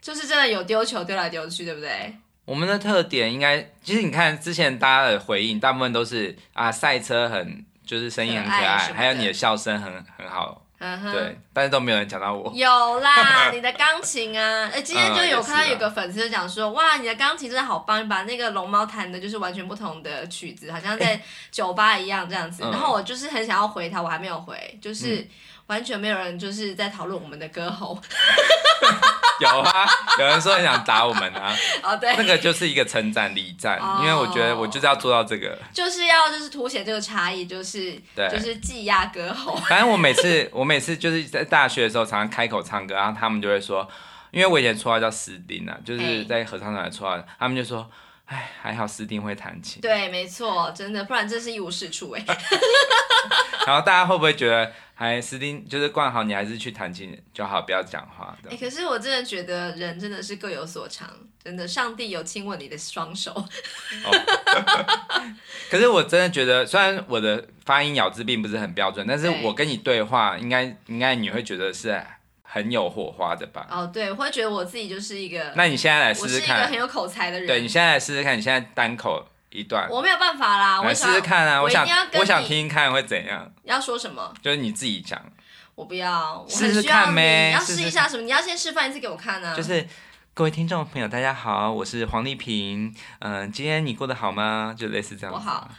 Speaker 2: 就是真的有丢球丢来丢去，对不对？
Speaker 1: 我们的特点应该，其实你看之前大家的回应，大部分都是啊，赛车很就是声音很可
Speaker 2: 可爱
Speaker 1: 爱，
Speaker 2: 什么的
Speaker 1: 还有你的笑声很很好，
Speaker 2: 嗯哼。
Speaker 1: 对，但是都没有人讲到我。
Speaker 2: 有啦，你的钢琴啊，哎、今天就有
Speaker 1: 嗯也
Speaker 2: 看到
Speaker 1: 是啊
Speaker 2: 有个粉丝就讲说，哇，你的钢琴真的好棒，你把那个龙猫弹的就是完全不同的曲子，好像在酒吧一样这样子。
Speaker 1: 嗯
Speaker 2: 然后我就是很想要回他，我还没有回，就是。完全没有人就是在讨论我们的歌喉
Speaker 1: 有啊，有人说很想打我们啊，
Speaker 2: 哦，对，
Speaker 1: 那个就是一个称赞礼赞
Speaker 2: 哦，
Speaker 1: 因为我觉得我就是要做到这个。
Speaker 2: 就是要就是凸显这个差异，就是
Speaker 1: 对
Speaker 2: 就是技压歌喉，
Speaker 1: 反正我每次 我每次就是在大学的时候，常常开口唱歌，然后他们就会说，因为我以前绰号叫斯丁啊，就是
Speaker 2: 哎
Speaker 1: 在合唱团的绰号，他们就说，哎，还好斯丁会弹琴。
Speaker 2: 对，没错，真的，不然真是一无是处哎、
Speaker 1: 啊然后大家会不会觉得，还斯丁就是冠豪，你还是去弹琴就好，不要讲话的
Speaker 2: 哎、。可是我真的觉得人真的是各有所长，真的，上帝有亲吻你的双手，
Speaker 1: 可是我真的觉得，虽然我的发音咬字并不是很标准，但是
Speaker 2: 对
Speaker 1: 我跟你对话，应该应该你会觉得是很有火花的吧？
Speaker 2: 哦，对，我会觉得我自己就是一个，
Speaker 1: 那你现在来试
Speaker 2: 呃我
Speaker 1: 试
Speaker 2: 是一个
Speaker 1: 看
Speaker 2: 很，有口才的人。
Speaker 1: 对你现在来试试看，你现在单口一段，
Speaker 2: 我没有办法啦，我
Speaker 1: 来试
Speaker 2: 想
Speaker 1: 试看啊！
Speaker 2: 我
Speaker 1: 我
Speaker 2: 一定
Speaker 1: 想
Speaker 2: 要跟
Speaker 1: 我想
Speaker 2: 你
Speaker 1: 听听看会怎样，
Speaker 2: 你要说什么？
Speaker 1: 就是你自己讲，
Speaker 2: 我不要，我
Speaker 1: 试
Speaker 2: 很
Speaker 1: 试
Speaker 2: 需要
Speaker 1: 看
Speaker 2: 你。
Speaker 1: 呗
Speaker 2: 你要
Speaker 1: 试
Speaker 2: 试
Speaker 1: 试
Speaker 2: 一下什么？你要先示范一次给我看啊。
Speaker 1: 就是。各位听众朋友，大家好，我是黄丽萍。嗯、今天你过得好吗？就类似这样
Speaker 2: 我
Speaker 1: 子。
Speaker 2: 好，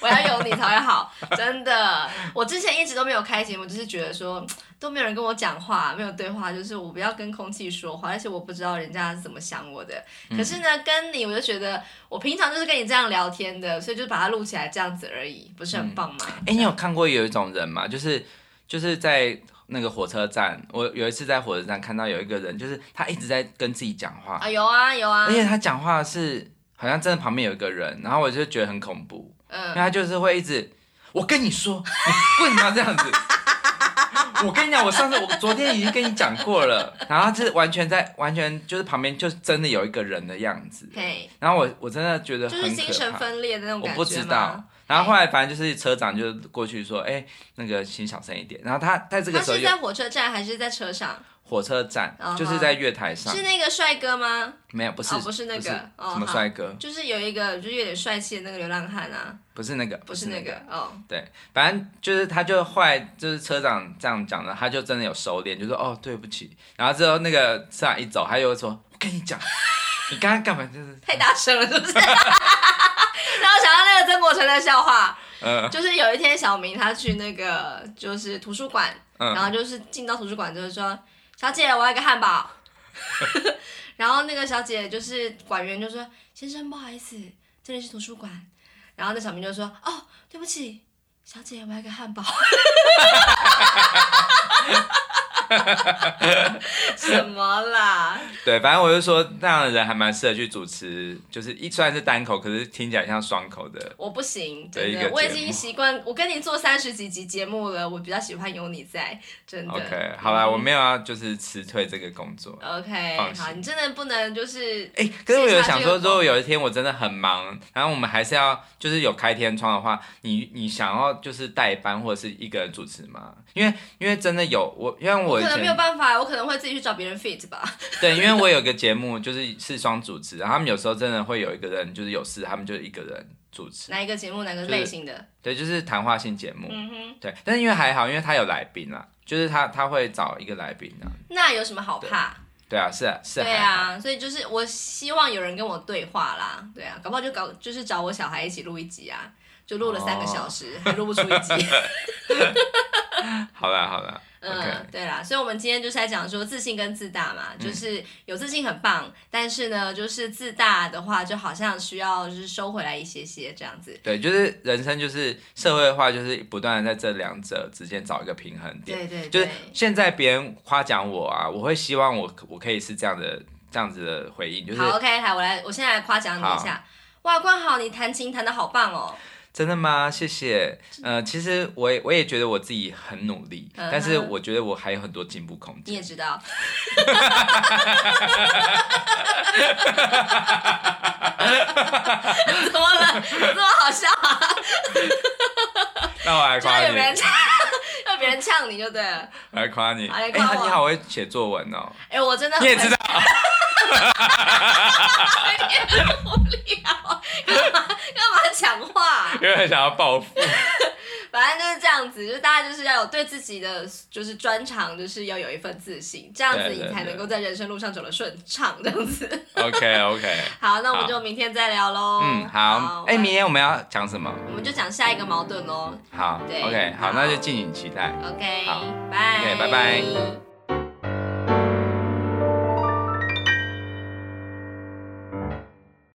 Speaker 2: 我要有你才会好，真的。我之前一直都没有开节目，就是觉得说都没有人跟我讲话，没有对话，就是我不要跟空气说话，而且我不知道人家是怎么想我的。可是呢，
Speaker 1: 嗯
Speaker 2: 跟你我就觉得我平常就是跟你这样聊天的，所以就把它录起来这样子而已，不是很棒吗？
Speaker 1: 哎、你有看过有一种人吗？就是就是在那个火车站，我有一次在火车站看到有一个人，就是他一直在跟自己讲话，
Speaker 2: 啊，有啊有啊
Speaker 1: 而，且他讲话是好像真的旁边有一个人，然后我就觉得很恐怖，因
Speaker 2: 嗯
Speaker 1: 为。他就是会一直，我跟你说， 你为什么要这样子？我跟你讲，我上次我昨天已经跟你讲过了，然后他是完全在完全就是旁边就是真的有一个人的样子，
Speaker 2: 嘿，
Speaker 1: 然后我我真的觉得
Speaker 2: 就
Speaker 1: 很
Speaker 2: 是
Speaker 1: 可
Speaker 2: 精神
Speaker 1: 怕
Speaker 2: 分裂的那种
Speaker 1: 我
Speaker 2: 感觉
Speaker 1: 不知道
Speaker 2: 吗。。哎
Speaker 1: 然后后来反正就是车长就过去说，哎、那个请小声一点。然后他在这个
Speaker 2: 他
Speaker 1: 时候
Speaker 2: 是
Speaker 1: 又
Speaker 2: 在火车站还是在车上？
Speaker 1: 火车站
Speaker 2: 啊哈
Speaker 1: 就是在月台上
Speaker 2: 是，那个帅哥吗？
Speaker 1: 没有不是
Speaker 2: 哦不是那个哦
Speaker 1: 什么
Speaker 2: 好
Speaker 1: 帅哥，
Speaker 2: 就是有一个就是有点帅气的那个流浪汉啊，
Speaker 1: 不是那个，
Speaker 2: 不是那个哦，
Speaker 1: 对，反正就是他就后来就是车长这样讲的，他就真的有收敛，就说哦对不起。然后之后那个车长一走，他又说我跟你讲，你刚刚干嘛就是
Speaker 2: 太大声了，是不是？ 让我想到那个曾国成的笑话，
Speaker 1: 呃
Speaker 2: 就是有一天小明他去那个就是图书馆，
Speaker 1: 嗯
Speaker 2: 然后就是进到图书馆就是说，小姐我要一个汉堡， 然后那个小姐就是馆员就说，先生不好意思，这里是图书馆，然后那小明就说，哦对不起，小姐我要一个汉堡， 什么啦？
Speaker 1: 对，反正我就说那样的人还蛮适合去主持，就是一虽然是单口，可是听起来像双口的。
Speaker 2: 我不行，
Speaker 1: 的
Speaker 2: 真
Speaker 1: 一个
Speaker 2: 的，我已
Speaker 1: 节目
Speaker 2: 经习惯。我跟你做三十几集节目了，我比较喜欢有你在，真的。
Speaker 1: OK，好啦，我没有要就是辞退这个工
Speaker 2: 嗯
Speaker 1: 作。
Speaker 2: OK，
Speaker 1: 放
Speaker 2: 好，
Speaker 1: 心
Speaker 2: 你真的不能就是
Speaker 1: 哎、可是我有想
Speaker 2: 所以他这个
Speaker 1: 说，如果有一天我真的很忙，然后我们还是要就是有开天窗的话，你你想要就是代班或者是一个人主持吗？因为因为真的有我，因为我
Speaker 2: 可
Speaker 1: 以
Speaker 2: 能没有
Speaker 1: 前
Speaker 2: 办法，我可能会自己去找别人 fit 吧。
Speaker 1: 对，因为我有个节目就是是双主持，然后他们有时候真的会有一个人就是有事，他们就一个人主持，
Speaker 2: 哪一个节目，哪个
Speaker 1: 就是
Speaker 2: 类型的？
Speaker 1: 对，就是谈话性节目，
Speaker 2: 嗯哼，
Speaker 1: 对。但是因为还好，因为他有来宾啦，就是他他会找一个来宾啊，
Speaker 2: 那有什么好怕？
Speaker 1: 对啊，是啊是
Speaker 2: 对
Speaker 1: 还好，
Speaker 2: 啊，所以就是我希望有人跟我对话啦。对啊，搞不好就搞就是找我小孩一起录一集啊，就录了三个
Speaker 1: 哦
Speaker 2: 小时，还录不出一 集。
Speaker 1: 好啦好啦，OK 嗯
Speaker 2: 嗯，对啦，所以我们今天就是在讲说自信跟自大嘛，就是有自信很棒，但是呢，就是自大的话，就好像需要就是收回来一些些这样子。
Speaker 1: 对，就是人生就是社会化，就是不断的在这两者之间找一个平衡点。
Speaker 2: 对对
Speaker 1: 就是
Speaker 2: 对，
Speaker 1: 现在别人夸奖我啊，我会希望我我可以是这样的这样子的回应，就是
Speaker 2: 好，OK，来，我来，我现在来夸奖你一下。哇，冠豪，你弹琴弹的好棒哦！
Speaker 1: 真的吗？谢谢。呃，其实我也我也觉得我自己很努力，
Speaker 2: 嗯哼
Speaker 1: 但是我觉得我还有很多进步空
Speaker 2: 你也
Speaker 1: 间。
Speaker 2: 知道， 怎么了？这么好笑啊？
Speaker 1: 那我来
Speaker 2: 就要
Speaker 1: 夸
Speaker 2: 有
Speaker 1: 你
Speaker 2: 别，人呛， 要别人呛你就对了。
Speaker 1: 我来夸你。
Speaker 2: 好来
Speaker 1: 哎、
Speaker 2: 夸我
Speaker 1: 你好会写作文 哦，
Speaker 2: 哎、我真的
Speaker 1: 你也知啊
Speaker 2: 很
Speaker 1: 道，
Speaker 2: 无聊，啊干嘛干嘛讲话啊、
Speaker 1: 因为很想要报复。
Speaker 2: 反正就是这样子，就是大家就是要有对自己的就是专长，就是要有一份自信，这样子
Speaker 1: 对对
Speaker 2: 你才能够在人生路上走得顺畅，这样子。
Speaker 1: OK OK，
Speaker 2: 好，那我们
Speaker 1: 好
Speaker 2: 就明天再聊喽。
Speaker 1: 嗯，好。哎、
Speaker 2: 哎，
Speaker 1: 明天我们要讲什么？
Speaker 2: 我们就讲下一个矛盾喽。
Speaker 1: 好
Speaker 2: 对
Speaker 1: ，OK，好，
Speaker 2: 好
Speaker 1: 那就敬请期待。
Speaker 2: OK，
Speaker 1: 好
Speaker 2: 拜
Speaker 1: OK，拜拜。